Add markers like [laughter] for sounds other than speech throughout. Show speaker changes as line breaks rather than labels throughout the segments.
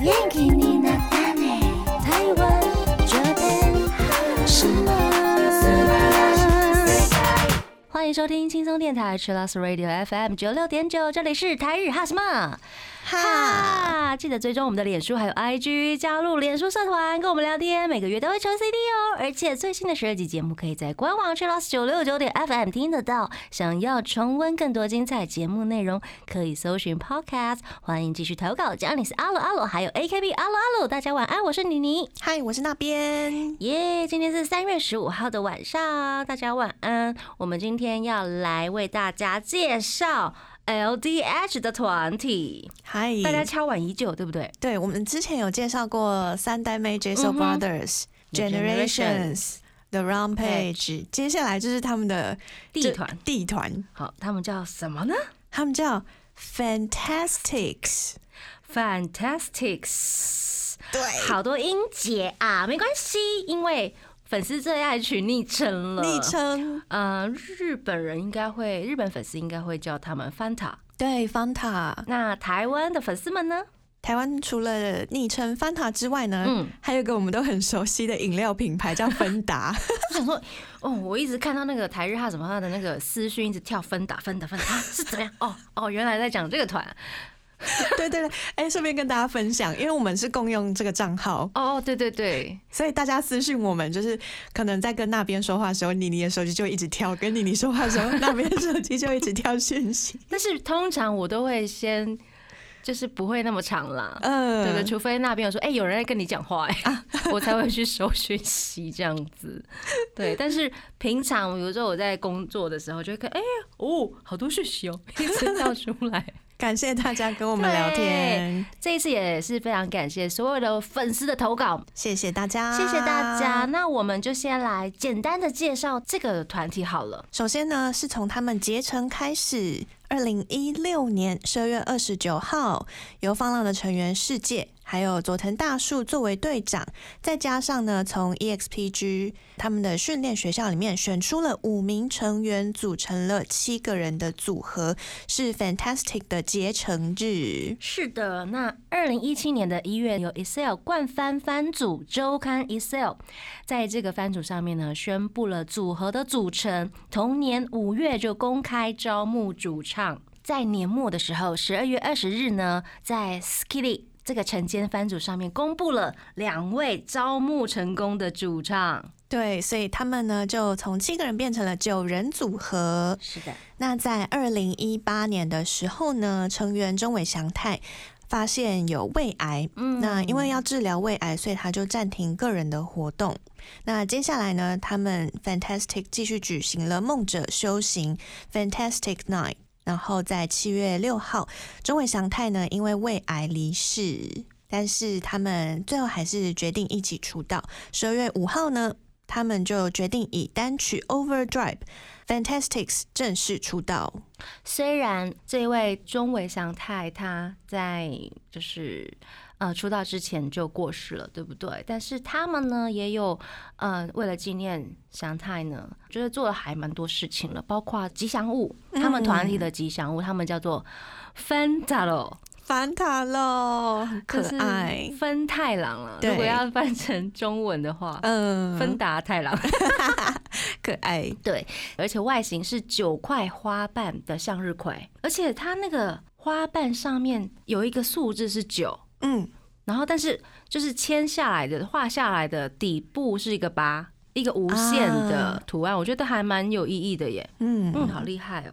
元気になったね台湾这边什么
欢迎收听轻松电台 c h i l l s Radio FM 九六点九，这里是台日哈什么哈，记得追踪我们的脸书还有 IG，加入脸书社团跟我们聊天，每个月都会抽 CD 哦，而且最新的十二集节目可以在官网 c h i l l s 九六九点 FM 听得到。想要重温更多精彩节目内容，可以搜寻 Podcast。欢迎继续投稿，讲你是阿鲁阿鲁，还有 AKB 阿鲁阿鲁，大家晚安，我是妮妮。
嗨，我是那边。
耶今天是三月十五号的晚上，哦大家晚安。我们今天要来为大家介绍 LDH 的团体，
嗨，
大家敲碗已久，对不对？
对我们之前有介绍过三代妹 j a s o
嗯哼
Brothers、
The
Generations、The Rampage，接下来就是他们的
地
这
团，
地团，
好，他们叫什么呢
他们叫 Fantastics。
？Fantastics，
对
好多音节啊，没关系，因为粉丝最爱取昵称了。
昵，称
呃，日本人应该会，日本粉丝应该会叫他们 Fanta。
对 Fanta。
那台湾的粉丝们呢？
台湾除了昵称 Fanta 之外呢，
嗯
还有一个我们都很熟悉的饮料品牌叫芬达。
我想说，哦，我一直看到那个台日哈什么哈的那个私讯一直跳芬达芬达芬达啊是怎么样？哦哦，原来在讲这个团。
对对对，哎、顺便跟大家分享，因为我们是共用这个账号，
哦哦，对对对，
所以大家私信我们，就是可能在跟那边说话的时候，妮妮的手机就一直跳；跟妮妮说话的时候，那边手机就一直跳讯息。
[laughs] 但是通常我都会先，就是不会那么长啦。
嗯，
对对，除非那边有说，哎、有人在跟你讲话、哎，我才会去搜讯息这样子。对，但是平常比如说我在工作的时候，就会看，哎、呀，哦，好多讯息哦，一直跳出来。 [laughs]
感谢大家跟我们聊天，
这一次也是非常感谢所有的粉丝的投稿，
谢谢大家，
谢谢大家。。那我们就先来简单的介绍这个团体好了。
首先呢，是从他们结成开始，二零一六年十二月二十九号，由放浪的成员世界还有佐藤大树作为队长，再加上呢，从 E EXPG 他们的训练学校里面选出了五名成员，组成了七个人的组合，是 Fantastic 的结成日。
是的，那二零一七年的一月，由 Excel 冠番番组周刊 Excel 在这个番组上面呢，宣布了组合的组成。同年五月就公开招募主唱。在年末的时候，十二月二十日呢，在 Skilly 这个晨间番组上面公布了两位招募成功的主唱。
对，所以他们呢就从七个人变成了九人组合。
是的，
那在二零一八年的时候呢，成员中尾祥太发现有胃癌，
嗯
那因为要治疗胃癌，所以他就暂停个人的活动。那接下来呢，他们 Fantastic 继续举行了梦者修行 Fantastic Night，然后在七月六号，中尾祥太呢因为胃癌离世，但是他们最后还是决定一起出道。十二月五号呢，他们就决定以单曲 Overdrive。Fantastics 正式出道，
虽然这位中尾祥太他在就是呃出道之前就过世了，对不对？但是他们呢也有呃为了纪念祥太呢，就是做了还蛮多事情了，包括吉祥物，他
嗯
们团体的吉祥物，他们叫做 Fantaro，
反塔喽，很可
就是
爱。
芬太郎了。
对
如果要翻成中文的话，
嗯，
芬达太郎。
可爱，
对，而且外形是九块花瓣的向日葵，而且它那个花瓣上面有一个数字是九，
嗯，
然后但是就是签下来的画下来的底部是一个八，一个无限的
啊
图案，我觉得还蛮有意义的耶。嗯，
嗯，
好厉害哦。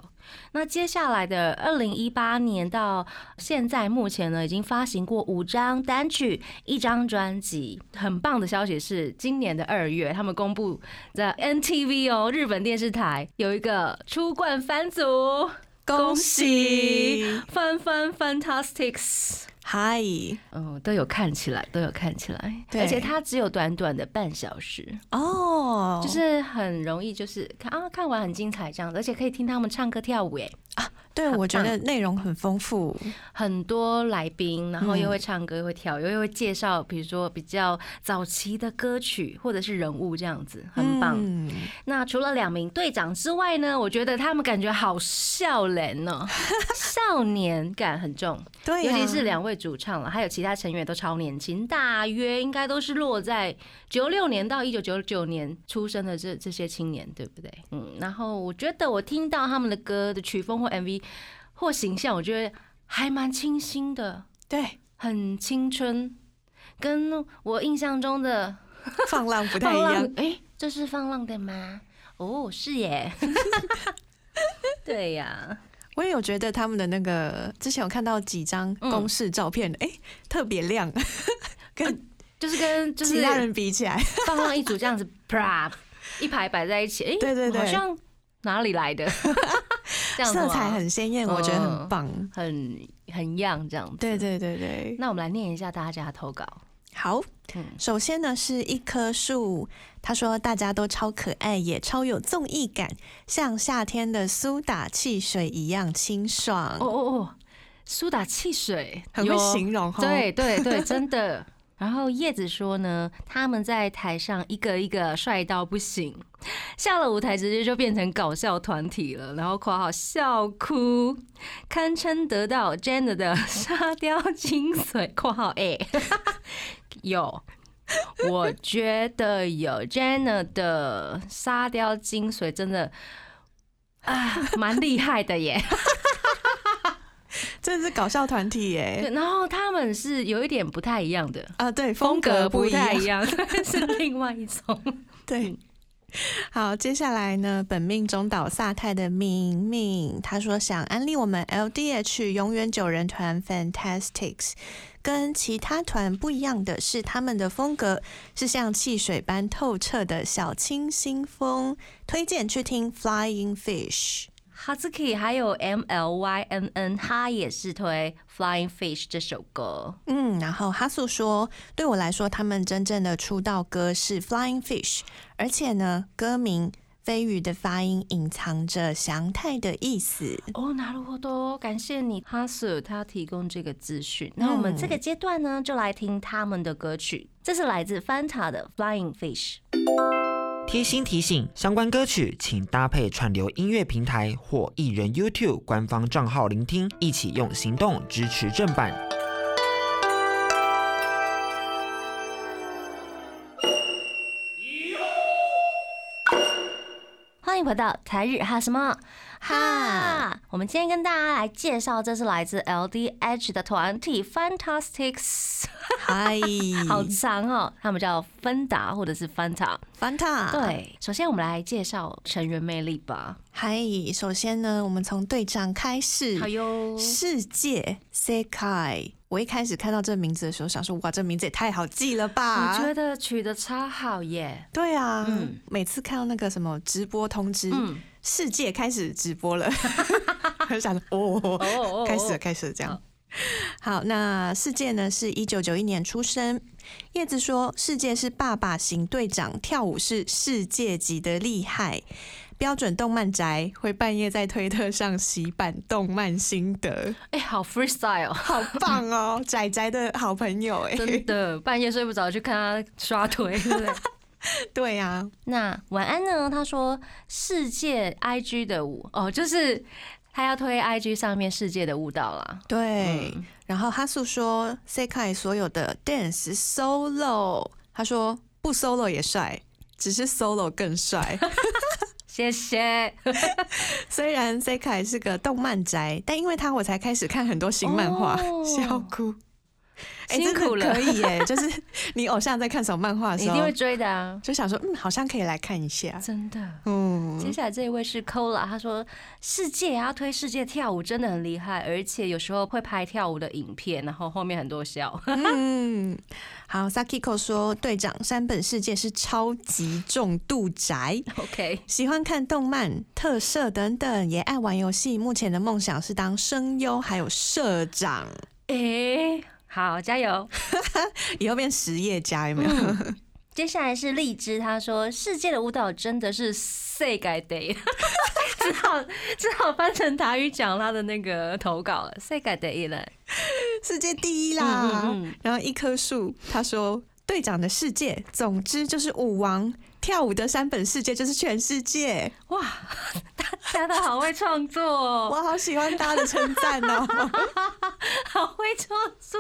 那接下来的二零一八年到现在目前呢，已经发行过五张单曲、一张专辑。很棒的消息是，今年的二月，他们公布在 NTV 哦，日本电视台有一个出冠番组，恭喜翻翻 Fantastics。
嗨，
哦，都有看起来，都有看起来，
对
而且它只有短短的半小时，
哦，
就是很容易，就是看啊看完很精彩这样子，而且可以听他们唱歌跳舞，哎，
对
很
我觉
棒
得内容很丰富，
很多来宾，然后
嗯
又会唱歌，又会跳，又会介绍，比如说比较早期的歌曲或者是人物这样子，很棒。
嗯
那除了两名队长之外呢，我觉得他们
[laughs]
感觉好笑脸哦，少年感很重，
对
尤
呀，
其是两位主唱了，还有其他成员都超年轻，大约应该都是落在九六年到一九九九年出生的这这些青年，对不对？嗯，然后我觉得我听到他们的歌的曲风或 MV 或形象，我觉得还蛮清新的，
对，
很青春，跟我印象中的
放浪不太
[laughs] 放
一
浪
样。，
哎、这是放浪的吗？哦，是耶。 [laughs] 对呀、
我也有觉得他们的那个，之前有看到几张
嗯
公式照片，哎、特别亮，跟
就是跟就是
其他人比起来，
放浪一组这样子，啪一排摆在一起，哎、
对对对
好像哪里来的，
[laughs]
这样子
色
吗
彩很鲜艳，我觉得很
啊嗯
棒。
很很样这样子。
对对对对，
那我们来念一下大家的投稿，
好，
嗯
首先呢是一棵树，他说大家都超可爱，也超有综艺感，像夏天的苏打汽水一样清爽。
哦哦哦，苏打汽水
嗯很会
有
形容哦，
对对对，真的。然后叶子说呢，他们在台上一个一个帅到不行，下了舞台直接就变成搞笑团体了，然后括号笑哭，堪称得到 Jenna 的沙雕精髓（括号 A）。有，我觉得有 Jenna 的沙雕精髓真的啊，蛮厉害的耶。 [laughs]
真的是搞笑团体耶。
对然后他们是有一点不太一样的，
啊，对，
风格
不
不
一
太
样
一。样， [laughs] 是另外一种。
对，好，接下来呢，本命中岛萨泰的明明，他说想安利我们 LDH 永远九人团 Fantastics。跟其他团不一样的是，他们的风格是像汽水般透彻的小清新风，推荐去听 Flying Fish。
Hazuki 还有 M L Y N N，他也是推《Flying Fish》这首歌。
嗯，然后哈素说，对我来说，他们真正的出道歌是《Flying Fish》，而且呢，歌名飞鱼的发音隐藏着祥太的意思。
哦，拿了我多，感谢你哈 a 他提供这个资讯。那我们这个阶段呢，就来听他们的歌曲，这是来自 Fanta 的《Flying Fish》。
贴心提醒：相关歌曲请搭配串流音乐平台或艺人 YouTube 官方账号聆听，一起用行动支持正版。
欢迎回到台日哈什么哈
哈？
我们今天跟大家来介绍，这是来自 LDH 的团体 Fantastics，
嗨，
好长哦，他们叫芬达或者是 Fanta。
，Fanta。，
对，首先我们来介绍成员魅力吧。
嗨，首先呢，我们从队长开始。
好哟，
世界 Sekai，我一开始看到这名字的时候，想说哇，这名字也太好记了吧？
我觉得取得超好耶。
对啊，
嗯
每次看到那个什么直播通知，
嗯，
世界开始直
[laughs]
播了，很想说哦，
哦
开始了，开始了，这样。好，那世界呢是一九九一年出生。叶子说，世界是爸爸型队长，跳舞是世界级的厉害，标准动漫宅，会半夜在推特上洗版动漫心 [laughs] 得，
哎，好 freestyle， [laughs]
好棒哦，宅宅的好朋友哎、
真的，半夜睡不着去看他刷腿，对不对？
对啊，
[laughs] 那晚安呢？他说世界 IG 的舞哦，就是他要推 IG 上面世界的舞蹈啦。
对。
嗯
然后哈素说，Sekai 所有的 dance solo，他说不 solo 也帅，只是 solo 更帅。
谢谢
虽然 Sekai 是个动漫宅，但因为他我才开始看很多新漫画，
哦
笑哭。哎、
辛
真
苦
的
了
可以耶、 [laughs] 就是你偶像在看什么漫画的
你
时
一
候
定，会追的啊！
就想说，嗯，好像可以来看
[laughs]
一下。
真的。接
嗯，
下来这一位是 Cola，他说世界也要推世界跳舞真的很厉害，而且有时候会拍跳舞的影片，然后后面很多笑。 [laughs]
嗯，好，Sakiko 说，队长山本世界是超级重度宅，
OK，
喜欢看动漫、特摄等等，也爱玩游戏。目前的梦想是当声优，还有社长，
诶、好，加油！
以后变实业家有没有？
嗯接下来是荔枝，他说世界的舞蹈真的是世界得， [laughs] 只好只好翻成台语讲他的那个投稿了，世界得了。
世界第一啦！
嗯嗯
然后一棵树，他说队长的世界，总之就是舞王。跳舞的山本世界就是全世界，
嗯，哇，大家都好会创作哦， [laughs]
我好喜欢大家的称赞哦。
好会做素。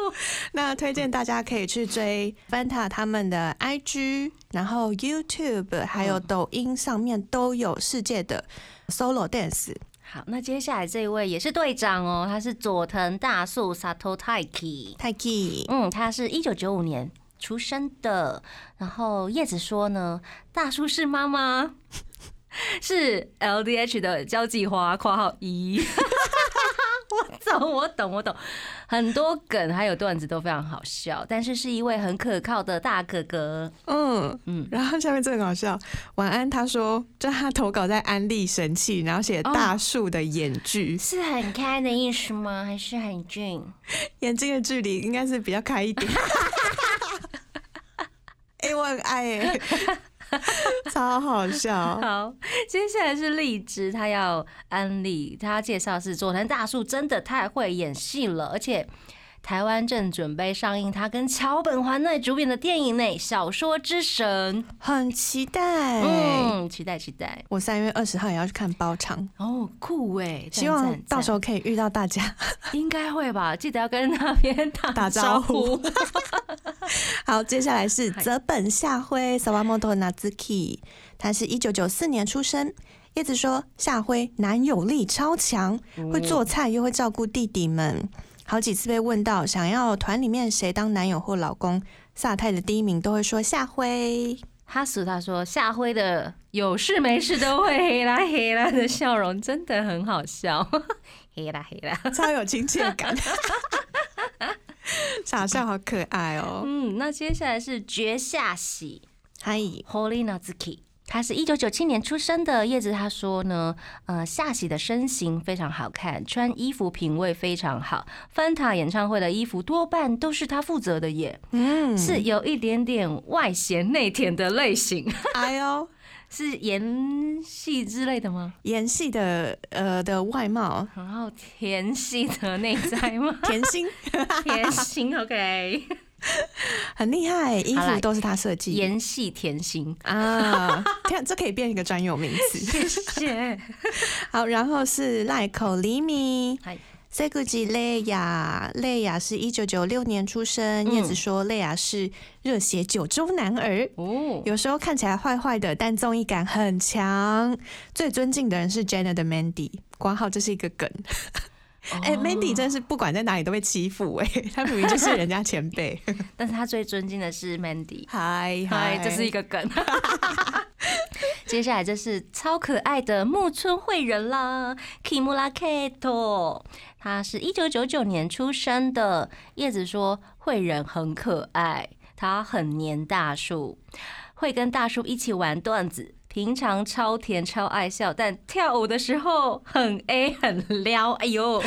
那推荐大家可以去追 Fanta 他们的 IG，然后 YouTube 还有抖音上面都有世界的 solo dance。
好，那接下来这一位也是队长哦，他是佐藤大树 Sato Taiki。
太 key，
嗯，他是一九九五年出生的。然后叶子说呢，大叔是妈妈， [laughs] 是 LDH 的交际花 [laughs] （括号一）。我懂，我懂，我懂，很多梗还有段子都非常好笑，但是是一位很可靠的大哥哥。
嗯
嗯
嗯。然后下面这个很搞笑，晚安，他说，就他投稿在安利神器，然后写
哦
大树的眼距，
是很开的意思吗？还是很俊？
眼睛的距离应该是比较开一点。哎、我很爱哎、超好笑。
好，接下来是荔枝，他要安利，他介绍是佐藤大树真的太会演戏了，而且台湾正准备上映他跟桥本环奈主演的电影呢，《小说之神》。
很期待。
嗯，期待期待
我三月二十号也要去看包场，
哦，酷哎！
希望到时
候
候可以遇到大家。
应该会吧，记得要跟那边打
打
招
招呼。 [laughs] 好，接下来是泽本夏辉 （Sawamoto Natsuki），他是一九九四年出生。叶子说，夏辉男友力超强，会做菜又会照顾弟弟们。好几次被问到想要团里面谁当男友或老公，萨泰的第一名都会说夏辉。
哈苏他说夏辉的有事没事都会黑啦黑啦的笑容真的很好
[laughs]
笑， [laughs] 黑啦黑啦。
超有亲切 [laughs] 感。傻笑好可爱哦！
嗯，那接下来是绝下喜
嗨，
Holy Natsuki，他是一九九七年出生的。叶子他说呢，呃，夏喜的身形非常好看，穿衣服品味非常好。翻塔演唱会的衣服多半都是他负责的耶，
嗯，
是有一点点外显内甜的类型， [laughs]
哎呦，
是演戏之类的吗？
演戏的呃的外貌，？
然后甜系的内在吗 [laughs]
甜心
甜心，OK，
很厉害，衣
好啦
服都是他设计
盐系甜心，
啊！天啊，这可以变一个专有名词。
谢谢。
好，然后是赖口黎米
嗨。
塞古吉雷雅，雷雅是一九九六年出生。
嗯
叶子说，雷雅是热血九州男儿，
哦，
有时候看起来坏坏的，但综艺感很强。最尊敬的人是 Jenna 的 Mandy，管好这是一个梗。哎、
哦
m a n d y 真是不管在哪里都被欺负哎、他明明就是人家前辈。
但是他最尊敬的是 Mandy。
嗨
嗨，这是一个梗。 [laughs] 接下来这是超可爱的木村惠人啦，Kimura Kato，他是一九九九年出生的。叶子说惠人很可爱，他很黏大树，会跟大树一起玩段子。平常超甜超爱笑，但跳舞的时候很 A 很撩，哎呦，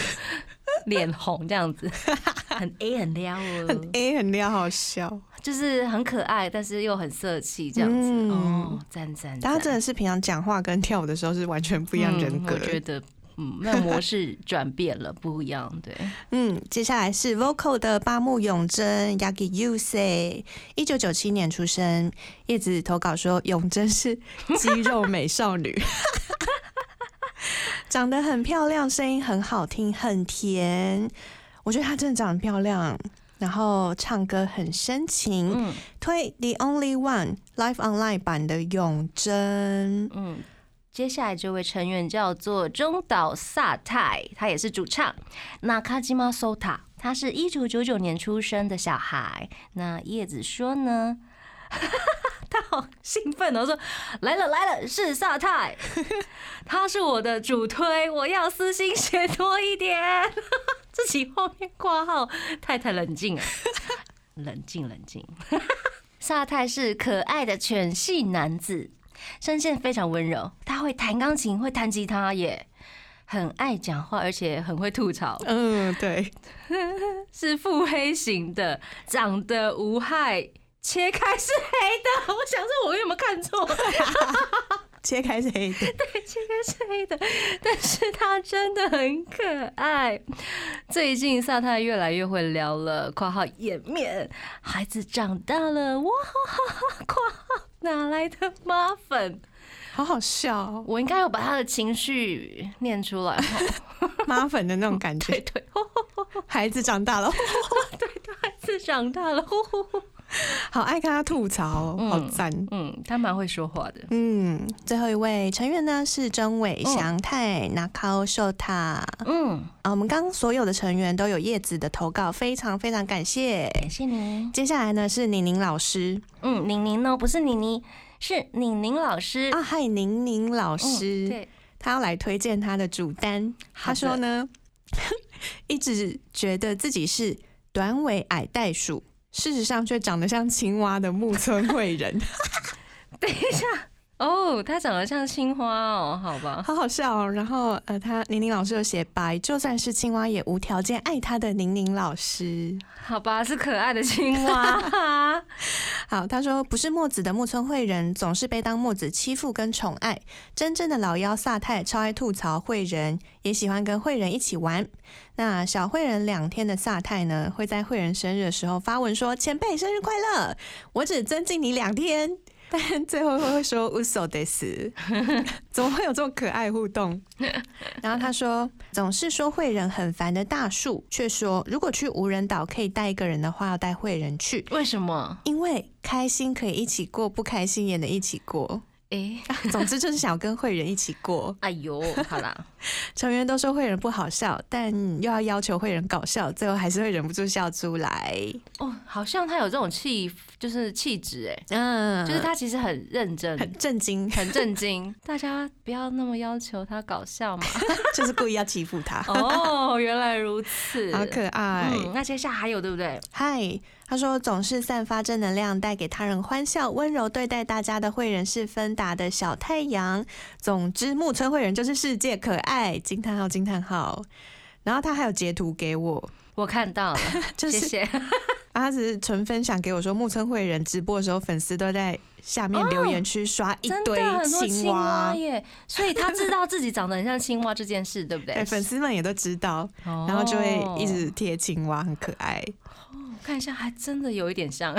脸红这样子，很 A [laughs] 很撩哦，
很 A 很撩，好笑。
就是很可爱，但是又很色气这样子。
嗯
哦，赞赞，
大家
赞
真的是平常讲话跟跳舞的时候是完全不一样人格
嗯我。觉得。嗯，那模式转变了，不一样。对，
嗯接下来是 Vocal 的八木永真 Yagi Yusei，一九九七年出生。叶子投稿说，永真是肌肉美少女。 [laughs] 长得很漂亮，声音很好听，很甜。我觉得她真的长得漂亮，然后唱歌很深情。
嗯
推《The Only One》Live Online 版的永真，
嗯。接下来这位成员叫做中岛萨太，他也是主唱。那卡吉马 Sota，他是一九九九年出生的小孩。那叶子说呢， [laughs] 他好兴奋哦，说来了来了，是萨太， [laughs] 他是我的主推，我要私心写多一点。 [laughs] 自己后面挂号，太太冷静了， [laughs] 冷静冷静。 [laughs] 萨太是可爱的犬系男子，声线非常温柔，他会弹钢琴，会弹吉他耶，很爱讲话，而且很会吐槽，
嗯，对， [laughs]
是腹黑型的，长得无害。切开是黑的，我 [laughs] 想说我有没有看错？ [laughs]
切开是黑的，
切开是黑的，但是他真的很可爱。最近萨泰越来越会聊了（括号颜面），孩子长大了，哇，（括号哪来的妈粉？
好好笑、哦， [laughs]
我应该有把他的情绪念出 [laughs] 来。
妈粉的那种感觉。
[laughs] 对对，
孩子长大了， [laughs]
孩子长大了，呼呼呼
好爱看他吐槽哦，
嗯
好赞。
嗯，他蛮会说话的。
嗯，最后一位成员呢是真伟、祥太、那高秀塔
嗯，
啊。我们刚刚所有的成员都有叶子的投稿，非常非常感谢。
感谢你。
接下来呢是宁宁老师
嗯，宁宁呢？不是宁宁，是宁宁老师。
啊，嗨，宁宁老
嗯
师，
对，
他要来推荐他的主单。
好
他
的
说呢， [laughs] 一直觉得自己是短尾矮袋鼠，事实上却长得像青蛙的木村惠人，
[laughs] 等一下。哦，他长得像青花哦，好吧。
好好笑哦。然后呃，他宁宁老师有写白，就算是青蛙也无条件爱他的宁宁老师。
好吧，是可爱的青蛙。
好，他说不是墨子的木村惠人总是被当墨子欺负跟宠爱，真正的老妖萨泰超爱吐槽惠人，也喜欢跟惠人一起玩。那小惠人两天的萨泰呢，会在惠人生日的时候发文说前辈生日快乐，我只尊敬你两天。但最后会说 u s o d e s [laughs] 怎么会有这么可爱互动？然后他说，总是说惠人很烦的大树，却说如果去无人岛可以带一个人的话，要带惠人去。
[laughs] 为什么？
因为开心可以一起过，不开心也能一起
[laughs]
过。
诶、
总之就是想要跟慧人一起过。
哎呦，好
[laughs]
啦，
成员都说慧人不好笑，但
嗯
又要要求慧人搞笑，最后还是会忍不住笑出来。
哦，好像他有这种气，就是气质，哎，
嗯
就是他其实很认真，
很
[laughs]
震惊，
很震惊。大家不要那么要求他搞笑
[laughs]
嘛。
就是故意要欺负他。
哦，原来如此，
好可爱！
嗯，那接下来还有对不对？
嗨、他说总是散发正能量，带给他人欢笑，温柔对待大家的慧人是芬达的小太阳。总之，木村慧人就是世界可爱！惊叹号惊叹号！然后他还有截图给我，
我看
[laughs]
到了，
就是
谢谢。
啊，他只是纯分享给我说，木村惠人直播的时候，粉丝都在下面留言区刷一
哦真
堆
的很多
青
青蛙 [laughs] 耶，所以他知道自己长得很像青蛙这件事，对不对 [laughs]
对，？粉丝们也都知道，
哦
然后就会一直贴青蛙，很可爱。
我看一下，还真的有一点 [laughs] 像。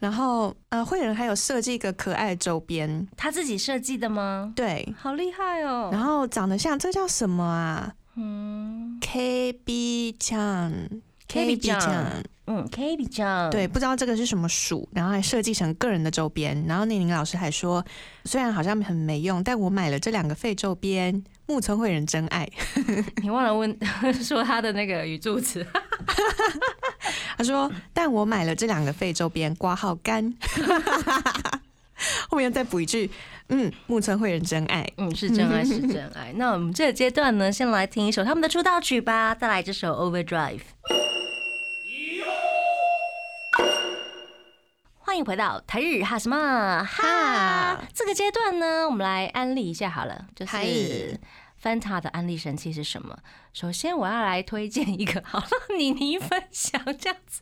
然后，呃，惠人还有设计一个可爱的周边，
他自己设计的吗？
对，
好厉害哦！
然后长得像这叫什么啊
嗯
？K B 酱
K B 酱，嗯，Katy 酱，
对，不知道这个是什么鼠，然后还设计成个人的周边。然后宁宁老师还说，虽然好像很没用，但我买了这两个废周边，木村惠人真爱。
你忘了问 [laughs] 说他的那个语助词，
他说，但我买了这两个废周边，挂号干。 [laughs] 后面再补一句，嗯，木村惠人真爱。
嗯，是真爱，是真
[laughs]
爱。那我们这个阶段呢，先来听一首他们的出道曲吧，再来这首《Overdrive》。欢迎回到台日哈什么哈
哈？
这个阶段呢，我们来安利一下好了，就
嗨
是 Fanta 的安利神器是什么？首先，我要来推荐一个，好了，你你分享这样子。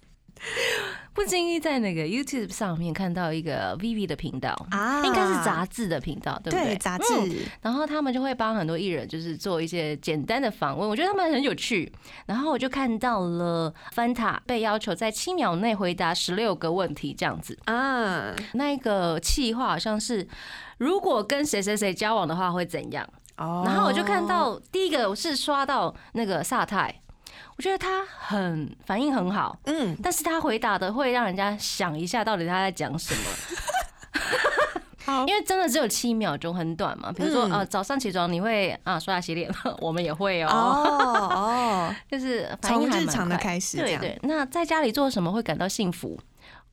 不经意在那个 YouTube 上面看到一个 Vivi 的频道
啊
应该是杂志的频道，对不对？
对，杂志、
嗯然后他们就会帮很多艺人就是做一些简单的访问，我觉得他们很有趣。然后我就看到了呃 Fanta 被要求在七秒内回答十六个问题这样子，
啊，
那一个气话好像是。如果跟谁谁谁交往的话会怎样？
哦
然后我就看到第一个我是刷到那个萨泰，我觉得他很反应很好，
嗯，
但是他回答的会让人家想一下到底他在讲什么。
[laughs] 好
因为真的只有七秒钟，很短嘛。比如说，
嗯
呃，早上起床你会啊刷牙洗脸， [laughs] 我们也会哦，
哦
[laughs] 就是反应
从
还
日
蛮
常的
快
开始，这
对
样
对，那在家里做什么会感到幸福？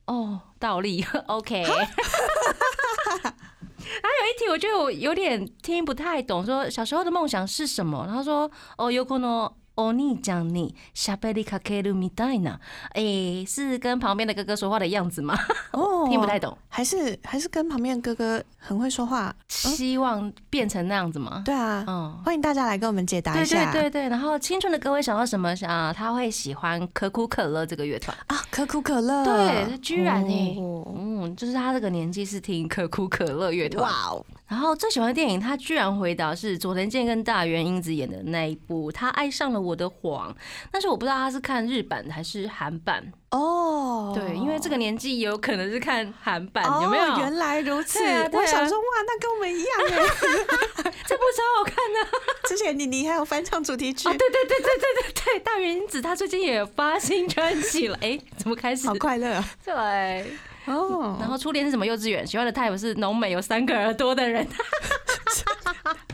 哦，倒立，OK。还有 [laughs] 一题，我觉得我有点听不太懂，说小时候的梦想是什么？然后说哦，有可能。哦，你讲你下贝利卡克鲁米代呢？诶，是跟旁边的哥哥说话的样子吗？
哦
听不太懂，
还是还是跟旁边的哥哥很会说话。
希望变成那样子吗？
嗯对啊，
嗯，
欢迎大家来跟我们解答
对
一
对
下。
对对，然后青春的歌会想到什么？想啊，他会喜欢可口可乐这个乐团。
啊，可口可乐，
对居然欸
嗯哦
嗯，就是他这个年纪是听可口可乐乐团。
哇哦，
然后最喜欢的电影，他居然回答是佐藤健跟大原英子演的那一部《他爱上了我的谎》，但是我不知道他是看日版的还是韩版。
哦，
对，因为这个年纪有可能是看韩版，
哦，
有没有？
原来如此，
对啊对
我想
啊
说哇，那跟我们一样 [laughs] 哎。
这部超好看的、
之前你你还有翻唱主题曲，
啊！对对对对对对对，大原英子她最近也有发新专辑了，哎、怎么开始？
好快乐啊
对。
哦。
然后初恋是什么幼稚园？喜欢的 type 是浓美有三个耳朵的人。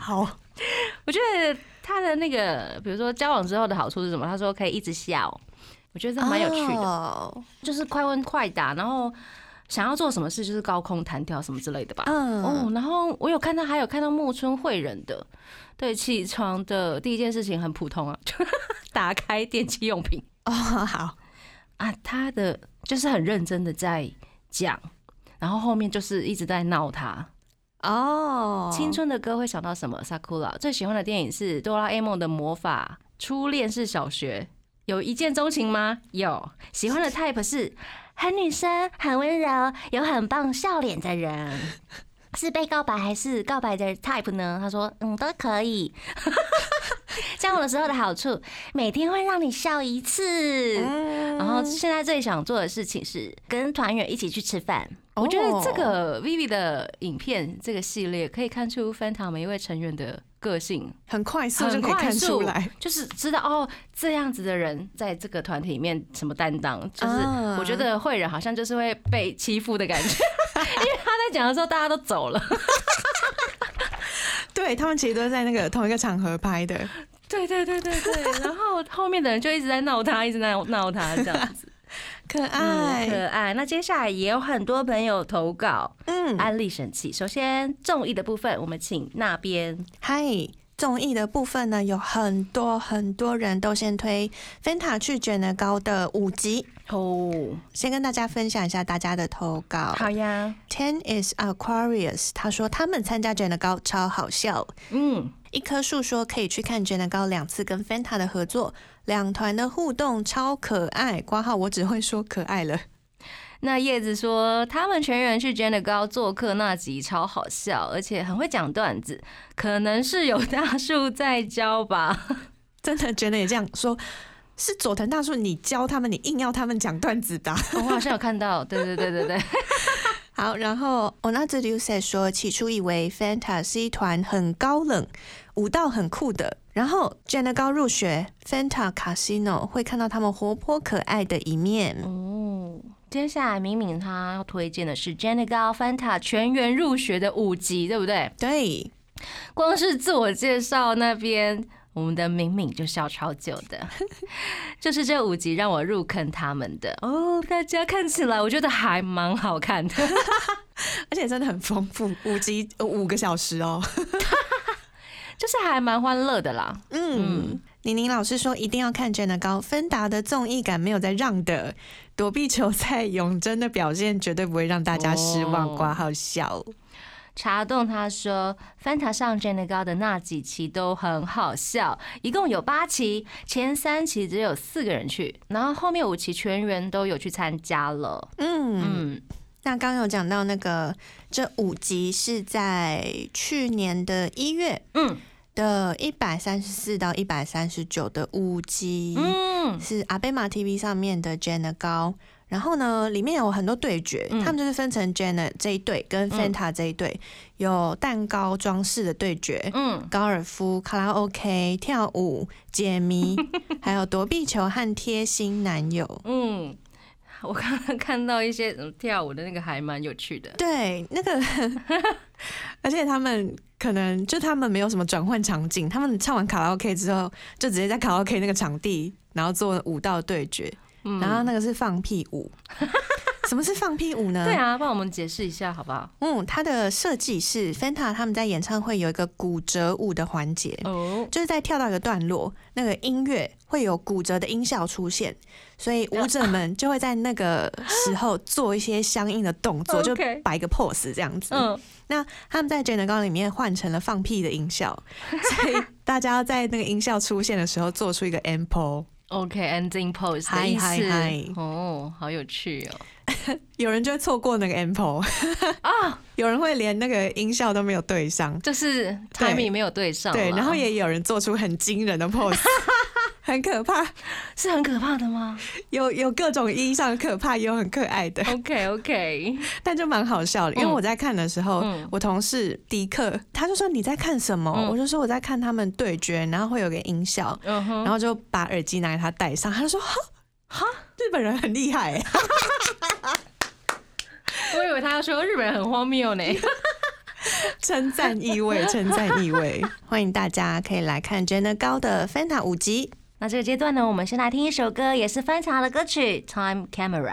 好，
我觉得他的那个，比如说交往之后的好处是什么？他说可以一直笑，我觉得这蛮有趣
哦
的，
的。
就是快问快答，然后想要做什么事就是高空弹跳什么之类的吧。
嗯，
哦，然后我有看到，还有看到木村惠人的，对，起床的第一件事情很普通啊， [laughs] 就打开电器用品
哦，好，
啊，他的就是很认真的在讲，然后后面就是一直在闹他，
哦，
青春的歌会想到什么？Sakura 最喜欢的电影是《哆啦 A 梦的魔法》，初恋是小学，有一见钟情吗？有，喜欢的 type 是 [laughs]
很女生，很温柔，有很棒笑脸的人。
是被告白还是告白的 type 呢？他说，嗯，都可以。 [laughs] 交往的时候的好处，每天会让你笑一次。然后现在最想做的事情是跟团员一起去吃饭。我觉得这个 Vivi 的影片这个系列可以看出 Fanta 每一位成员的个性，
很快速
嗯
就
很
可以
快
看
速
出来，，
就是知道哦，这样子的人在这个团体里面什么担当，就是
啊
我觉得慧仁好像就是会被欺负的感觉， [laughs] 因为他在讲的时候大家都走了，
对他们其实都是在那个同一个场合拍的，
对对对对对，然后后面的人就一直在闹他，一直在闹他这样子，
可
[laughs] 嗯，
爱，
可爱。那接下来也有很多朋友投稿
嗯，
安利神器，首先中意的部分，我们请那边
嗨，综艺的部分呢，有很多很多人都先推《Fanta 去卷的高》的五集，
哦，
先跟大家分享一下大家的投稿。
好呀，
Ten is Aquarius，他说他们参加卷的高超好笑。
嗯，
一棵树说可以去看卷的高两次跟 Fanta 的合作，两团的互动超可爱。挂号我只会说可爱了。
那叶子说，他们全员去 Jenna 高做客那集超好笑，而且很会讲段子，可能是有大树在教 [laughs] 吧。
真的觉得也这样说，是佐藤大树你教他们，你硬要他们讲段子的啊。
哦我好像有看到，对对对对 [laughs] 对，
好，然后 Another u s e 说，起初以为 Fanta 是一团很高冷、舞蹈很酷的，然后 j e n n a 高入学 Fanta Casino 会看到他们活泼可爱的一面。
哦。接下来，敏敏她要推荐的是 Jenna 高 Fanta 全员入学的五集，对不对？
对，
光是自我介绍那边，我们的敏敏就笑超久 [laughs] 的，就是这五集让我入坑他们的哦。大家看起来，我觉得还蛮好看的。 [laughs]
而且真的很丰富，五集呃五个小时哦。
就是还蛮欢乐的啦。
嗯，宁宁老师说一定要看 j e n n a 高，芬达的综艺感没有在让的，躲避球赛永贞的表现绝对不会让大家失望，
哦
挂号笑。
茶洞他说，Fanta 上 j e n n a 高的那几期都很好笑，一共有八期，前三期只有四个人去，然后后面五期全员都有去参加了。
嗯
嗯，
那刚有讲到那个，这五集是在去年的一月，
嗯，
的一百三十四到一百三十九的五集，
嗯，
是阿贝玛 TV 上面的 Jenna 高。然后呢，里面有很多对决，
嗯
他们就是分成 Jenna 这一队跟
嗯
Fanta 这一队，有蛋糕装饰的对决。
嗯，
高尔夫、卡拉 OK、跳舞、
[laughs]
解谜，还有躲避球和贴心男友。
嗯，我刚刚看到一些嗯跳舞的那个还蛮有趣的。
对，
[laughs]
那个，而且他们可能就他们没有什么转换场景，他们唱完卡拉 OK 之后，就直接在卡拉 OK 那个场地，然后做舞蹈对决，
嗯，
然后那个是放屁
[laughs]
舞。什么是放屁舞呢？
对，啊，帮我们解释一下好不好？
嗯，它的设计是 Fanta 他们在演唱会有一个骨折舞的环节，
哦，
就是在跳到一个段落，那个音乐会有骨折的音效出现，所以舞者们就会在那个时候做一些相应的
[laughs]
动作，
哦
就
OK
摆一个 pose 这样子。
嗯，
那他们在 j e n n 高里面换成了放屁的
[laughs]
音效，所以大家要在那个音效出现的时候做出一个 a m p o
OK，ending pose
嗨
的意思
嗨嗨
哦，好有趣哦。
有人就会错过那个 a m p o
啊，
[laughs] 有人会连那个音效都没有对上，
就是 timing 没有对上啦， [laughs]
对，然后也有人做出很惊人的 pose，很可怕，
是很可怕的吗
有有各种意义上可怕，也有很可爱的，
？OK OK，
但就蛮好笑的。因为
哦嗯
我在看的时候，
嗯
我同事迪克他就说你在看什么，
嗯
我就说我在看他们对决，然后会有个音效，
嗯哼，
然后就把耳机拿给他戴上，他就说哈
哈，
日本人很厉害
[laughs]
欸，
我以为他要说日本人很荒谬呢。
称赞意
[laughs]
味，称赞意味。欢迎大家可以来看 Jenna 高的 Fanta 五集。
那这个阶段呢，我们先来听一首歌，也是翻唱的歌曲《Time Camera》。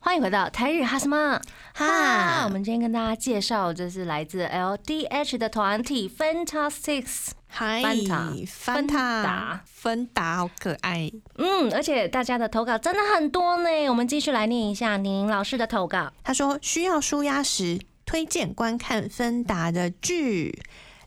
欢迎回到台日哈什么哈！我们今天跟大家介绍，这是来自 LDH 的团体 Fantastics。
嗨
Fanta，
芬达，芬达好可爱。
嗯，而且大家的投稿真的很多呢，我们继续来念一下宁老师的投稿。
他说需要舒压时，推荐观看芬达的剧，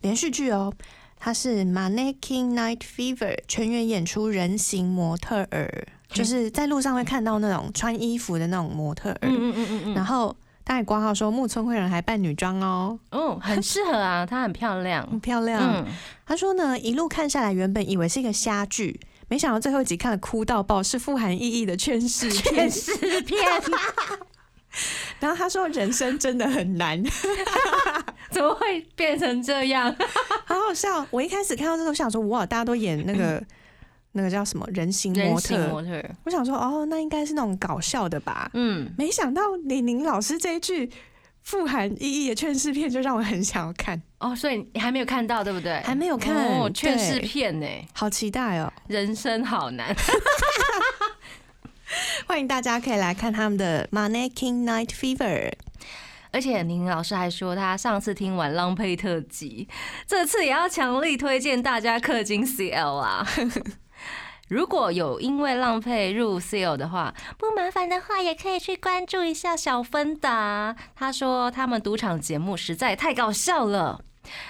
连续剧哦。它是《Mannequin Night Fever》全员演出人形模特儿，就是在路上会看到那种穿衣服的那种模特儿。
嗯嗯嗯嗯
然后大海挂号说木村惠人还扮女装哦，
嗯，哦，很适合啊，她很漂
很
亮。
漂亮。 [laughs]
嗯，
他说呢，一路看下来，原本以为是一个瞎剧，没想到最后一集看了哭到爆，是富含意义的
[laughs]
劝世片。
是骗，
然后他说，人生真的很
[laughs]
难，
怎么会变成这样？
好好笑。我一开始看到这个，我想说，哇，大家都演
[laughs]
那个那个叫什么人形
人
模
形模
特，
特儿，
我想说，哦，那应该是那种搞笑的吧。
嗯，
没想到李宁老师这一句富含意义的劝世片，就让我很想要看，
哦，所以你还没有看到对不对？
还没有看
哦，劝世
对
片呢，
好期待哦。
人生好难。
欢迎大家可以来看他们的《Mannequin Night Fever》。
而且宁老师还说，他上次听完浪配特辑，这次也要强力推荐大家氪金 CL 啊。 [laughs] 如果有因为浪费入 CL 的话，不麻烦的话，也可以去关注一下小芬达。他说他们赌场节目实在太搞笑了，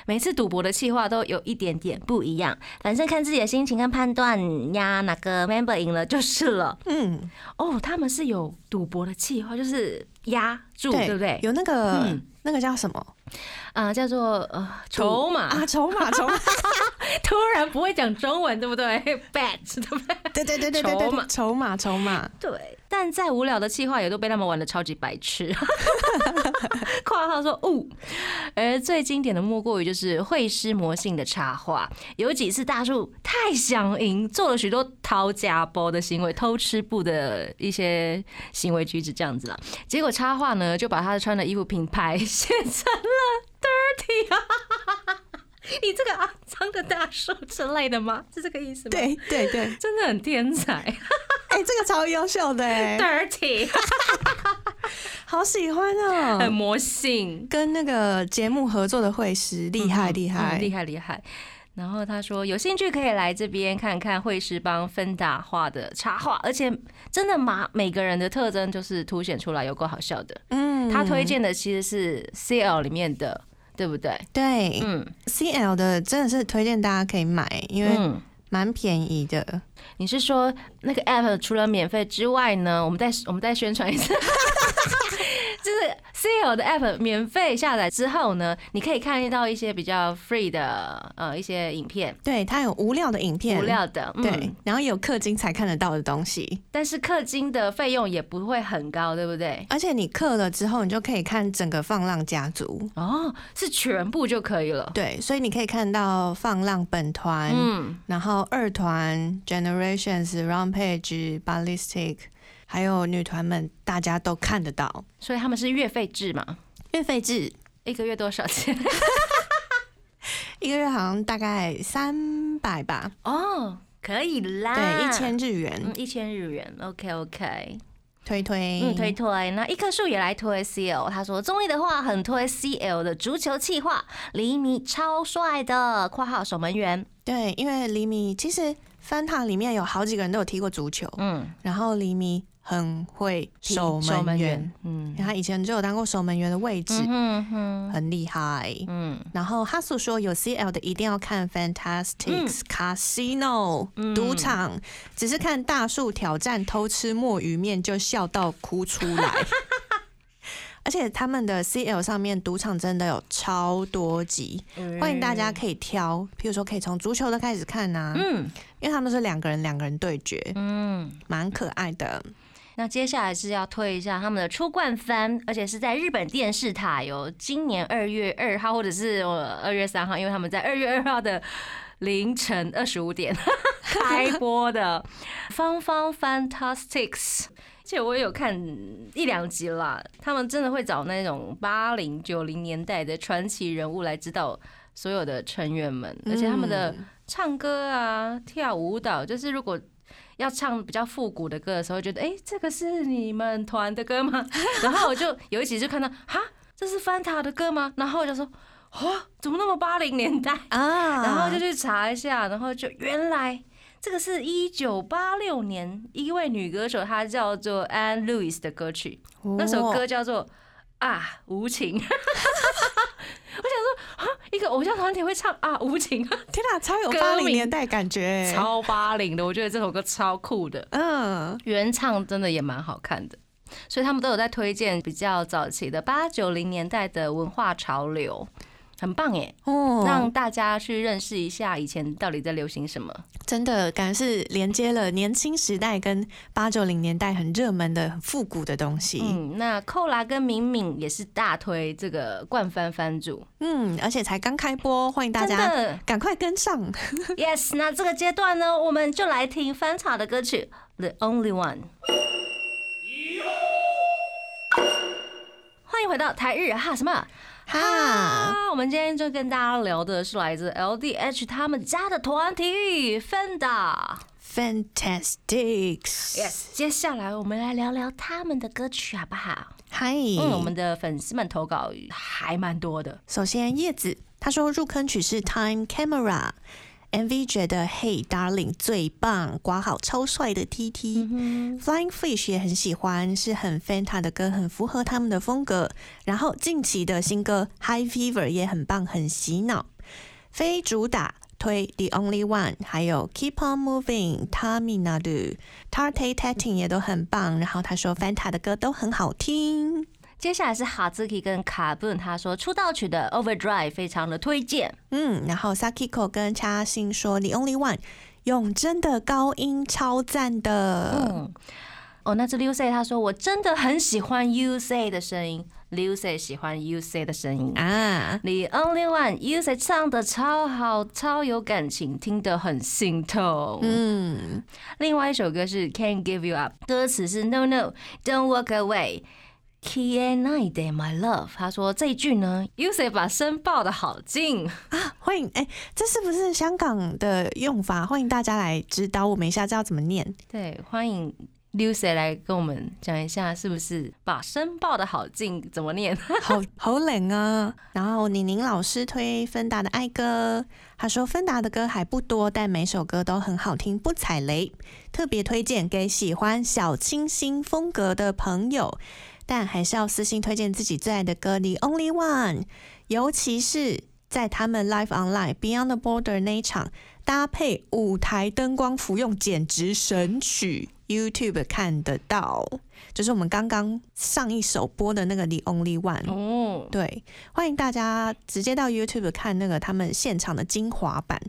每次赌博的计划都有一点点不一样，反正看自己的心情跟判断呀，哪个 member 赢了就是了。
嗯，
哦，他们是有赌博的计划，就是压住，对不对？
有那个、
嗯
那个叫什么
啊、叫做呃筹码、
啊？筹
[laughs]
码，筹码，
突然不会讲中文，对 [laughs] 不对？Bet，对不对？
对对对对对
筹码
对，筹码，筹码。
对。但再无聊的计划也都被他们玩的超级白痴。 [laughs] （括号说哦，而最经典的莫过于就是会师魔性的插画，有几次大树太想赢，做了许多掏家包的行为，偷吃布的一些行为举止这样子啦。结果插画呢就把他穿的衣服品牌写成了 dirty 啊。 [laughs] 你这个肮脏的大叔之类的 [laughs] 吗？是这个啊意思吗？，
对对对，
真的很天才
哎、这个超优秀的
[laughs]
哎、
，dirty，
好喜欢哦、
很魔性。
跟那个节目合作的会师厉害厉害
嗯厉害厉害。然后他说有兴趣可以来这边看看惠师帮芬达画的插画，而且真的嘛，每个人的特征就是凸显出来，有够好笑的。
嗯
他推荐的其实是 CL 里面的，对不对？
对、
嗯
CL 的真的是推荐大家可以买，因为
嗯，
蛮便宜的。
你是说那个 app 除了免费之外呢？我们再我们再宣传一
[laughs]
次。就是 CL 的 app 免费下载之后呢，你可以看到一些比较 free 的呃一些影片，
对，它有无料的影片，
无料的，嗯、
对，然后有氪金才看得到的东西，
但是氪金的费用也不会很高，对不对？
而且你氪了之后，你就可以看整个《放浪家族》。
哦，是全部就可以了。
对，所以你可以看到放浪本团，
嗯，
然后二团 Generations、Rampage、Ballistic，还有女团们，大家都看得到。
所以他们是月费制嘛，
月费制
一个月多少
[laughs]
钱？
一个月好像大概三百吧，
哦，可以啦，
对，一，千哎日元，
嗯，一千日元，OK OK，
推推，
嗯，推推。那一棵树也来推 CL，他说综艺的话很推 CL 的足球企划，黎明超帅的（括号守门员
对，因为黎明其实翻塔里面有好几个人都有踢过足球），，
嗯，
然后黎明很会
提
守
守
门
门
员，，
嗯
因为他以前就有当过守门员的位置，
嗯哼哼，
很厉害。
嗯
然后哈苏说有 CL 的一定要看
嗯
Fantastics、Casino 赌、场，只是看
[laughs]
大树挑战偷吃墨鱼面就笑到哭出来，而且他们的 CL 上面赌场真的有超多集，欢迎大家可以挑，譬如说可以从足球的开始看呐、
嗯
因为他们是两个人两个人对决，
嗯，
蛮可爱的。
那接下来是要推一下他们的出冠番，而且是在日本电视台哦，今年二月二号或者是呃二月三号，因为他们在二月二号的凌晨二十五点开播的《芳芳 Fantastics》。而且我也有看一两集啦，他们真的会找那种八零九零年代的传奇人物来指导所有的成员们，而且他们的
嗯
唱歌啊、跳舞、舞蹈，就是如果要唱比较复古的歌的时候，觉得哎、诶这个是你们团的歌吗？然后我就有一集就看到，哈，这是翻塔的歌吗？然后我就说，哇，怎么那么八零年代？
啊，
然后就去查一下，然后就原来这个是一九八六年一位女歌手，她叫做 Anne Lewis 的歌曲，那
哦
首歌叫做《啊无情》。 [laughs] 我想说，啊，一个偶像团体会唱啊无情，
天哪，超有
歌
八零
名
年代感觉，
超八零的，我觉得这首歌超酷的，
嗯，
原唱真的也蛮好看的。所以他们都有在推荐比较早期的八九零年代的文化潮流，很棒耶，
哦，
让大家去认识一下以前到底在流行什么。
真的感觉是连接了年轻时代跟八九零年代很热门的、很复古的东西。嗯
嗯，那寇拉跟敏敏也是大推这个冠番番主，
嗯而且才刚开播，欢迎大
真
家
的
赶快跟上。
yes。那这个阶段呢，我们就来听翻炒的歌曲《The Only One》。欢迎回到台日哈什么
哈，
啊？我们今天就跟大家聊的是来自 LDH 他们家的团体 Fenda。
Fantastics，
Yes，接下来我们来聊聊他们的歌曲好不好？
嗨，
嗯，我们的粉丝们投稿还蛮多的。
首先叶子他说入坑曲是 Time Camera。MV 觉得 Hey Darling 最棒，刮好超帅的 TT、Flying Fish 也很喜欢，是很 Fanta 的歌，很符合他们的风格。然后近期的新歌 High Fever 也很棒，很洗脑。非主打推 The Only One，还有 Keep On Moving、Taminadu、Tarte Tating 也都很棒。然后他说 Fanta 的歌都很好听。
接下来是哈兹基跟卡布，他说出道曲的 Overdrive 非常的推荐，
嗯，然后 Sakiko 跟叉星说 The Only One 永真的高音超赞的，
嗯，哦，那这 l u c y 他说我真的很喜欢 u c 的声音 l u c y 喜欢 u c 的声音。
啊，
The Only One u c 唱的超好，超有感情，听得很心痛。
嗯，
另外一首歌是 Can't Give You Up，歌词是 No No Don't Walk Away。Key and night day, my love。他说这一句呢 u c 把身抱得好近。啊
欢迎哎，这是不是香港的用法？欢迎大家来指导我们一下，这要怎么念？
对，欢迎 Lucy 来跟我们讲一下，是不是把声抱的好近怎么念？
好好冷啊！然后宁宁老师推芬达的爱歌，他说芬达的歌还不多，但每首歌都很好听，不踩雷，特别推荐给喜欢小清新风格的朋友。但还是要私信推荐自己最爱的歌《The Only One》，尤其是在他们 Live Online Beyond the Border 那一场，搭配舞台灯光服用，简直神曲。YouTube 看得到，就是我们刚刚上一首播的那个《The Only One》。
[laughs] 哦，
对，欢迎大家直接到 YouTube 看那个他们现场的精华版，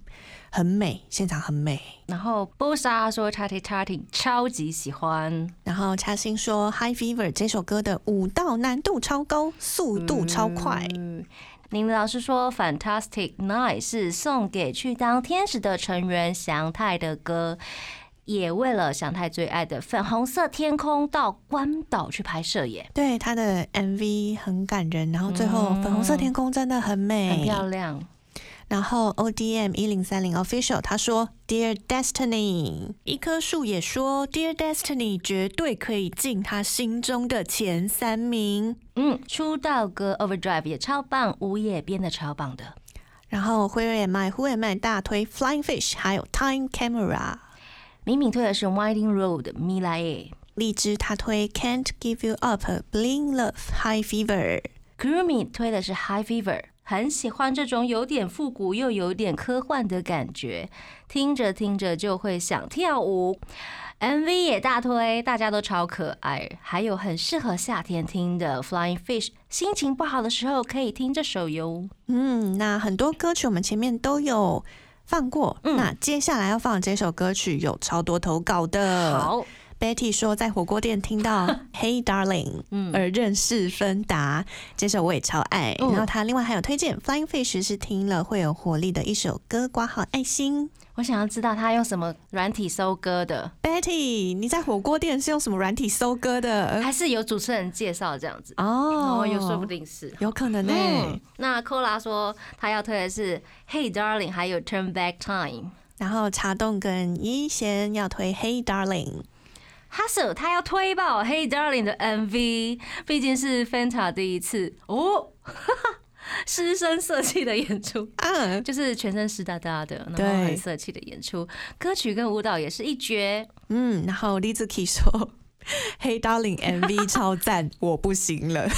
很美，现场很美。
然后波莎说 Chatty Chatty 超级喜欢，
然后嘉欣说，《High Fever》这首歌的舞蹈难度超高，速度超快。
嗯宁老师说 Fantastic Night 是送给去当天使的成员祥太的歌。也为了祥太最爱的粉红色天空到关岛去拍摄耶，
对，他的 MV 很感人，然后最后粉红色天空真的很美，
嗯很漂亮。
然后 ODM 一零三零 official 他说，Dear Destiny，一棵树也说，Dear Destiny 绝对可以进他心中的前三名。
嗯，出道歌 Overdrive 也超棒，舞也变得超棒的。
然后辉瑞也卖，忽也卖大推 Flying Fish，还有 Time Camera。
敏敏推的是 Winding Road 米莱耶
荔枝他推 Can't Give You Up、Bling Love、High Fever。
，Kurumi 推的是 High Fever。很喜欢这种有点复古又有点科幻的感觉，听着听着就会想跳舞。MV 也大推，大家都超可爱，还有很适合夏天听的《Flying Fish》，心情不好的时候可以听这首哟。
嗯，那很多歌曲我们前面都有放过，
嗯
那接下来要放的这首歌曲有超多投稿的。
好，
Betty 说在火锅店
[laughs]
听到 Hey Darling
嗯
而认识芬达，这首我也超爱。
嗯
然后他另外还有推荐 Flying Fish 是听了会有活力的一首歌，挂号爱心。
我想要知道他用什么软体搜歌的，
Betty，你在火锅店是用什么软体搜歌的？
还是有主持人介绍这样子？
哦
哦，，有说不定是。
有可能呢、
嗯，那 Cola 说他要推的是《Hey Darling》，还有《Turn Back Time》。
然后茶洞跟一贤要推 Hey Darling，
哈舍他要推爆《Hey Darling》的 MV，毕竟是 Fanta 第一次哦， [laughs] 师生色气的演出，
啊，
就是全身湿哒哒的，然后
对
很色气的演出，歌曲跟舞蹈也是一
[laughs]
绝。
嗯，然后 Lizzy 说 Hey
[laughs]
Darling MV 超赞，我不行了。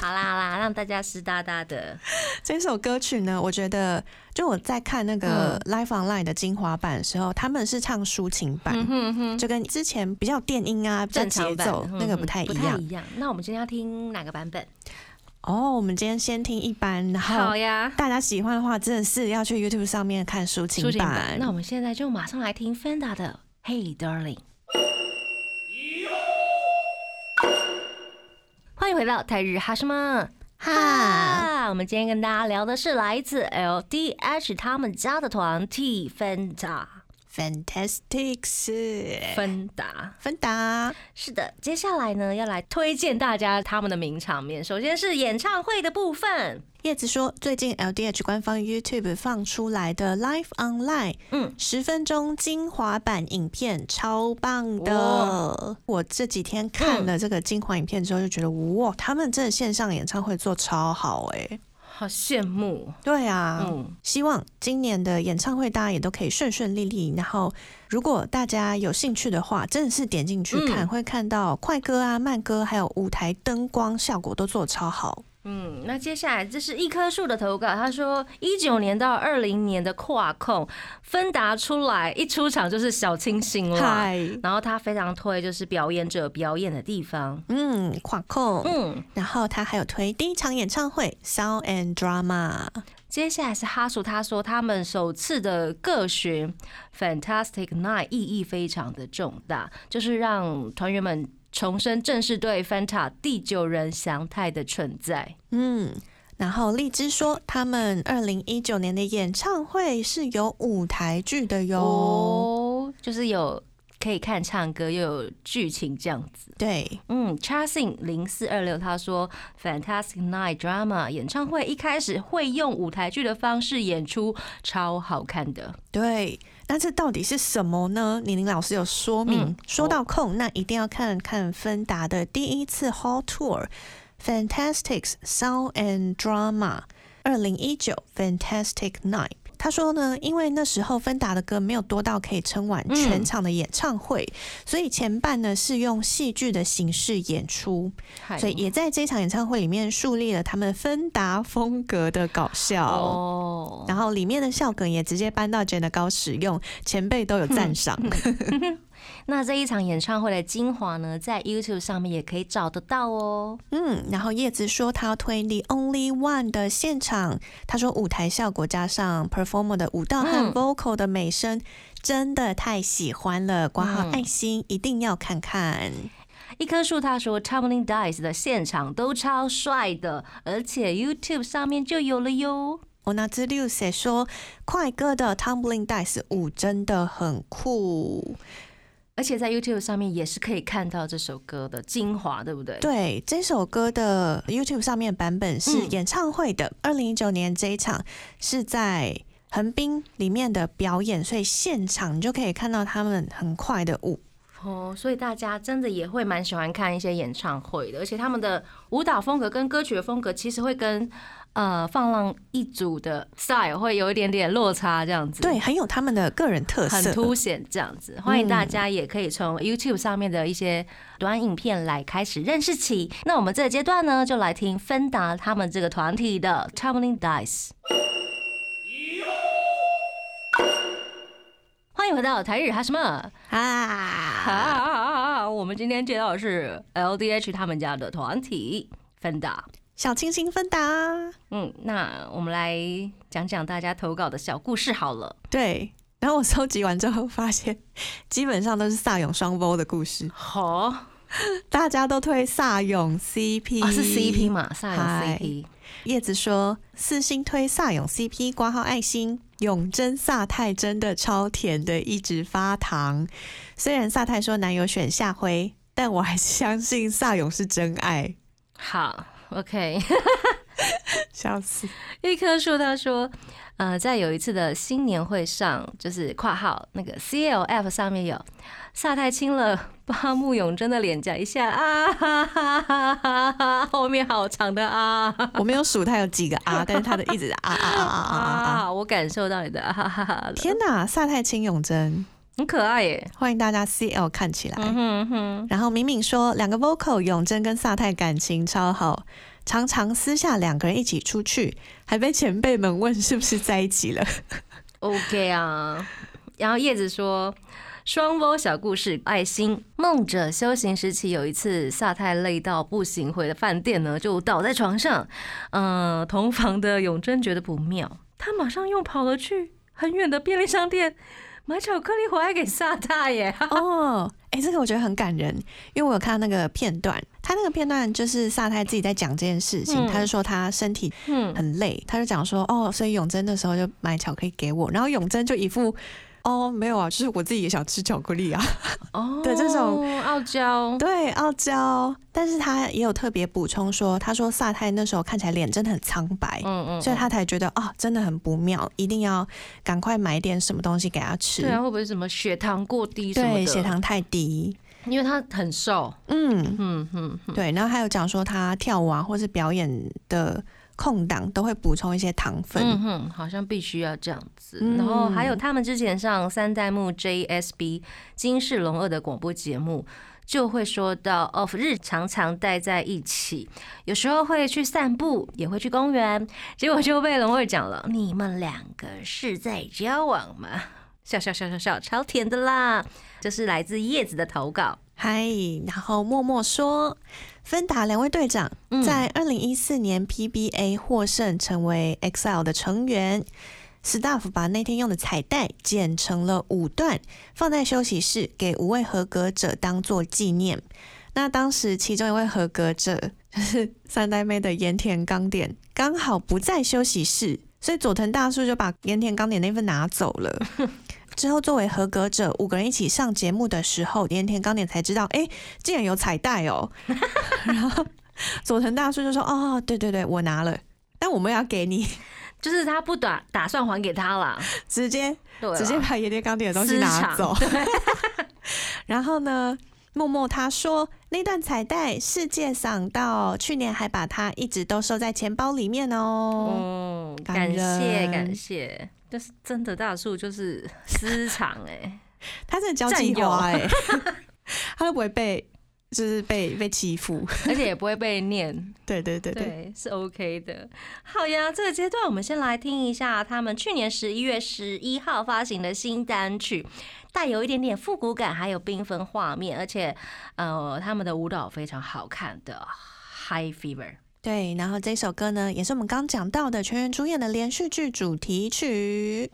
好啦好啦，让大家湿哒哒的。
这首歌曲呢，我觉得就我在看那个
嗯
Live Online 的精华版的时候，他们是唱抒情版，
嗯哼哼，
就跟之前比较电音啊、比较
正
节
常版
奏那个
嗯哼
不太一
不太
样。
一样。那我们今天要听哪个版本？
哦，我们今天先听一般，然后
呀，
大家喜欢的话，真的是要去 YouTube 上面看抒情
抒情
版。
版。那我们现在就马上来听 Fenda 的《Hey Darling》。欢迎回到泰日哈什么
哈，
哈？我们今天跟大家聊的是来自 LDH 他们家的团体 Fenda
Fantastic
芬达。
芬达，
是的，接下来呢要来推荐大家他们的名场面。首先是演唱会的部分，
叶子说，最近 LDH 官方 YouTube 放出来的 Live Online，
嗯
嗯，十分钟精华版影片超棒的。
哦
我这几天看了这个精华影片之后，就觉得、哇，他们这线上演唱会做超好哎、
好羡慕。
对啊，
嗯，
希望今年的演唱会大家也都可以顺顺利利。然后，如果大家有兴趣的话，真的是点进去看，
嗯
会看到快歌啊、慢歌，还有舞台灯光效果都做得超好。
嗯，那接下来这是一棵树的投稿，他说一九年到二零年的跨控，芬达出来一出场就是小清新啦，
嗨，
然后他非常推就是表演者表演的地方，
嗯，跨控，
嗯，
然后他还有推第一场演唱会《Sound and Drama》，
接下来是哈叔，他说他们首次的个巡 Fantastic Night 意义非常的重大，就是让团员们重申正式对 Fanta 第九人祥太的存在，
嗯。然后荔枝说，他们二零一九年的演唱会是有舞台剧的哟。
哦，就是有可以看唱歌又有剧情这样子。
对，
嗯，Charlesing 零四二六他说，Fantastic Night Drama 演唱会一开始会用舞台剧的方式演出，超好看的。
对，那这到底是什么呢？李宁老师有说明，
嗯
说到空，那一定要看看芬达的第一次 Hall Tour，《Fantastic Sound and Drama》二零一九 Fantastic Night。他说呢，因为那时候芬达的歌没有多到可以撑
嗯
完全场的演唱会，所以前半呢是用戏剧的形式演出，
嗨
所以也在这场演唱会里面树立了他们芬达风格的搞笑。
哦，
然后里面的笑梗也直接搬到 Jenna 高使用，前辈都有赞赏。
那这一场演唱会的精华呢，在 YouTube 上面也可以找得到哦。
嗯，然后叶子说她要推《The Only One》的现场，她说舞台效果加上 performer 的舞蹈
嗯
和 vocal 的美声，真的太喜欢了，挂号
嗯
爱心，一定要看看。
一棵树他说，Tumbling Dice 的现场都超帅的，而且 YouTube 上面就有了哟。
我拿资料写说，快歌的 Tumbling Dice 舞真的很酷。
而且在 YouTube 上面也是可以看到这首歌的精华，对不对？
对，这首歌的 YouTube 上面版本是
嗯
演唱会的，二零一九年这一场是在横滨里面的表演，所以现场你就可以看到他们很快的舞。
哦，所以大家真的也会蛮喜欢看一些演唱会的，而且他们的舞蹈风格跟歌曲的风格其实会跟呃放浪一族的 style 会有一点点落差，这样子。
对，很有他们的个人特色，
很凸显这样子。欢迎大家也可以从 YouTube 上面的一些短影片来开始认识起。那我们这个阶段呢，就来听芬达他们这个团体的 Tumbling Dice。欢迎回到台日哈什么
啊。
啊！我们今天介绍的是 LDH 他们家的团体芬达。
小清新芬达，
嗯，那我们来讲讲大家投稿的小故事好了。
对。然后我收集完之后发现，基本上都是萨永双 V 的故事，
好、
大家都推萨永 CP，、
啊，是 CP？嘛，上有
嗨
CP。
叶子说四星推萨永 CP，挂号爱心，永贞萨泰真的超甜的，一直发糖。虽然萨泰说男友选夏辉，但我还是相信萨永是真爱，
好，OK。 [laughs]
笑死。
一棵树他说，呃，在有一次的新年会上，就是括号那个 CLF 上面有萨太亲了八木永真的脸颊一下啊哈哈哈哈哈，后面好长的啊
我没有数他有几个 [laughs] 啊，但是他的一直啊啊啊啊啊啊啊！
啊，我感受到你的啊哈哈哈了，
天哪，萨泰清永贞，
很可爱耶。
欢迎大家 CL 看起来。
嗯哼嗯哼，
然后敏敏说，两个 vocal 永贞跟萨泰感情超好，常常私下两个人一起出去，还被前辈们问是不是在一起了。
OK 啊， [laughs] 然后叶子说。双胞小故事，爱心梦者修行时期，有一次萨太累到不行，回了饭店呢，就倒在床上。嗯、同房的永贞觉得不妙，他马上又跑了去很远的便利商店买巧克力回来给萨太耶。 [laughs]
哦，哎、这个我觉得很感人，因为我有看到那个片段，他那个片段就是萨泰自己在讲这件事
嗯
情，他就说他身体
嗯，
很累，他就讲说哦，所以永贞那时候就买巧克力给我，然后永贞就一副哦没有啊，就是我自己也想吃巧克力
[laughs]
啊，
哦
对这种
傲娇，
对，傲娇，但是他也有特别补充说，他说萨泰那时候看起来脸真的很苍白。
嗯嗯，
所以他才觉得啊、真的很不妙，一定要赶快买点什么东西给他吃。
对啊，会不会什么血糖过低什么的？
对，血，糖太低。
因为他很瘦。
嗯，
嗯嗯嗯，
对，然后还有讲说他跳舞啊，或是表演的空档都会补充一些糖分。
嗯哼，好像必须要这样子。
嗯
然后还有他们之前上三代目 JSB 金世龙二的广播节目。就会说到哦，日常常待在一起，有时候会去散步，也会去公园，结果就被龙二讲了，你们两个是在交往吗？ [laughs] 笑笑笑笑笑，超甜的啦！这是来自叶子的投稿，
嗨，然后默默说，芬达两位队长
嗯
在二零一四年 PBA 获胜，成为 XL 的成员。staff 把那天用的彩带剪成了五段，放在休息室给五位合格者当做纪念。那当时其中一位合格者就是 [laughs] 三代妹的盐田刚典，刚好不在休息室，所以佐藤大树就把盐田刚典那份拿走了。之后，作为合格者，五个人一起上节目的时候，盐田刚典才知道，哎、竟然有彩
[laughs]
带哦。然后佐藤大树就说：“哦，对对对，我拿了，但我们要给你，
就是他不打打算还给他啦，
直接
对啦，
直接把盐田刚典的东西
私
拿
藏
走。然后呢，默默他说那段彩带世界赏到，去年还把它一直都收在钱包里面
哦，
哦。感
感谢
人
感谢，就是真的大树就是私藏哎、
他真的交际
占有
花哎、 [laughs] 他都不会被就是被被欺负。
[laughs] 而且也不会被念，
对 [laughs] 对对对，
对，是 OK 的。好呀，这个阶段我们先来听一下他们去年十一月十一号发行的新单曲，带有一点点复古感，还有缤纷画面，而且呃，他们的舞蹈非常好看的 High Fever。
对。然后这首歌呢，也是我们刚讲到的全员主演的连续剧主题曲。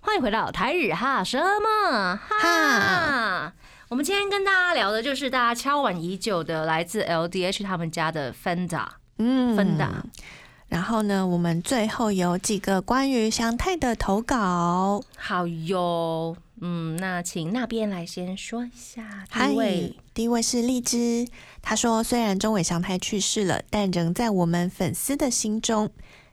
欢迎回到台日哈什么哈
哈？
我们今天跟大家聊的就是大家敲碗已久的来自 LDH 他们家的 Fenda
嗯
Fenda。
然后呢，我们最后有几个关于祥太的投稿。
好哟，嗯，那请那边来先说一下
嗨
第一位，，
第一位是荔枝，他说虽然中尾祥太去世了，但仍在我们粉丝的心中。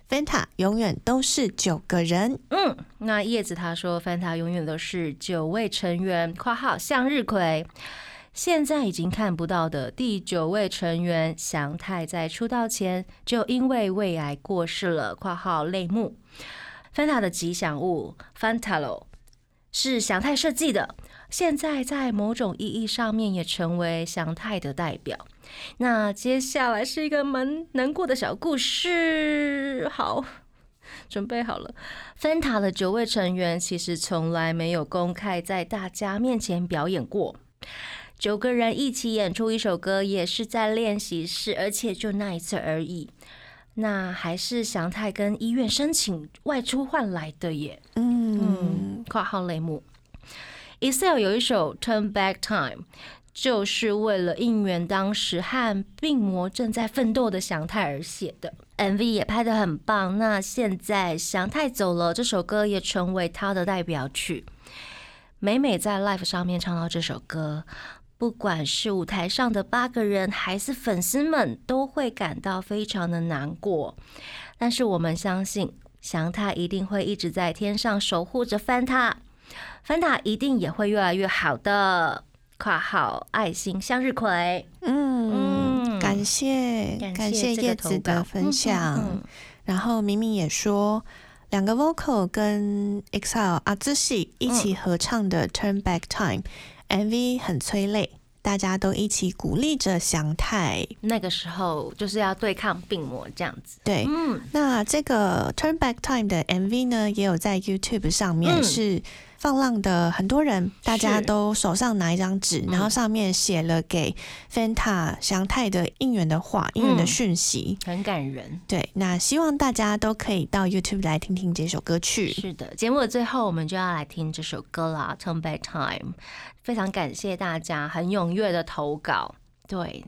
Fanta 永远都是九个人，
嗯，那叶子他说，Fanta 永远都是九位成员（括号向日葵）。现在已经看不到的第九位成员祥太，在出道前就因为胃癌过世了（括号泪目）。Fanta 的吉祥物 Fantalo 是祥太设计的，现在在某种意义上面也成为祥太的代表。那接下来是一个蛮难过的小故事，好，准备好了。芬塔的九位成员其实从来没有公开在大家面前表演过。九个人一起演出一首歌，也是在练习室，而且就那一次而已。那还是祥太跟医院申请外出换来的耶。
嗯，
嗯，括号类目。Excel 有一首《Turn Back Time》，就是为了应援当时和病魔正在奋斗的祥太而写的。MV 也拍得很棒。那现在祥太走了，这首歌也成为他的代表曲。每每在 live 上面唱到这首歌，不管是舞台上的八个人，还是粉丝们，都会感到非常的难过。但是我们相信，祥太一定会一直在天上守护着翻塔，翻塔一定也会越来越好的。括号爱心向日葵，嗯
嗯，感谢感谢
这个
叶
投
子
稿
的分享。
嗯嗯嗯
然后明明也说，两个 vocal 跟 EXILE 阿兹系一起合唱的
嗯
《Turn Back Time》MV 很催泪，大家都一起鼓励着祥太。
那个时候就是要对抗病魔这样子。
对，
嗯，
那这个《Turn Back Time》的 MV 呢，也有在 YouTube 上面
嗯
是放浪的很多人，大家
是
都手上拿一张纸，然后
嗯
上面写了给 Fanta 祥太的应援的话、应援的
嗯
讯息。
很感人。
对，那希望大家都可以到 YouTube 来听听这首歌曲。
是的，节目的最后我们就要来听这首歌啦，《Turn Back Time》。非常感谢大家很踊跃的投稿，对，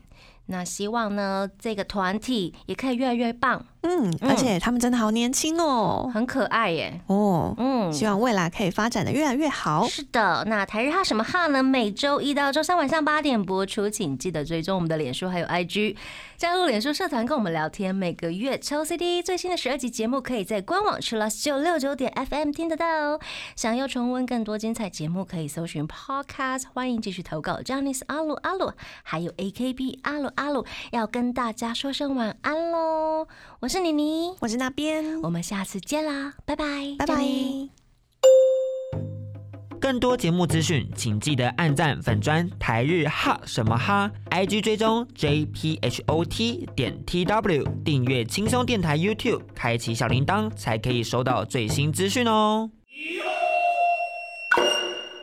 那希望呢这个团体也可以越来越棒，
嗯，而且他们真的好年轻哦。
很可爱耶。
哦，
嗯，
希望未来可以发展的越来越好。
是的，那台日哈什么哈呢？每周一到周三晚上八点播出，请记得追踪我们的脸书还有 IG，加入脸书社团跟我们聊天。每个月抽 CD，最新的十二集节目可以在官网 c h i l l s 九六九点 FM 听得到哦。想要重温更多精彩节目，可以搜寻 Podcast。欢迎继续投稿 j a n i c e 阿鲁阿鲁，还有 AKB 阿鲁阿鲁，要跟大家说声晚安喽。我是妮妮，
我是那边，
我们下次见啦，拜拜，
拜拜。
Jenny
更多节目资讯，请记得按赞粉砖台日哈什么哈，IG 追踪 JPHOT 点 TW，订阅轻松电台 YouTube，开启小铃铛才可以收到最新资讯哦。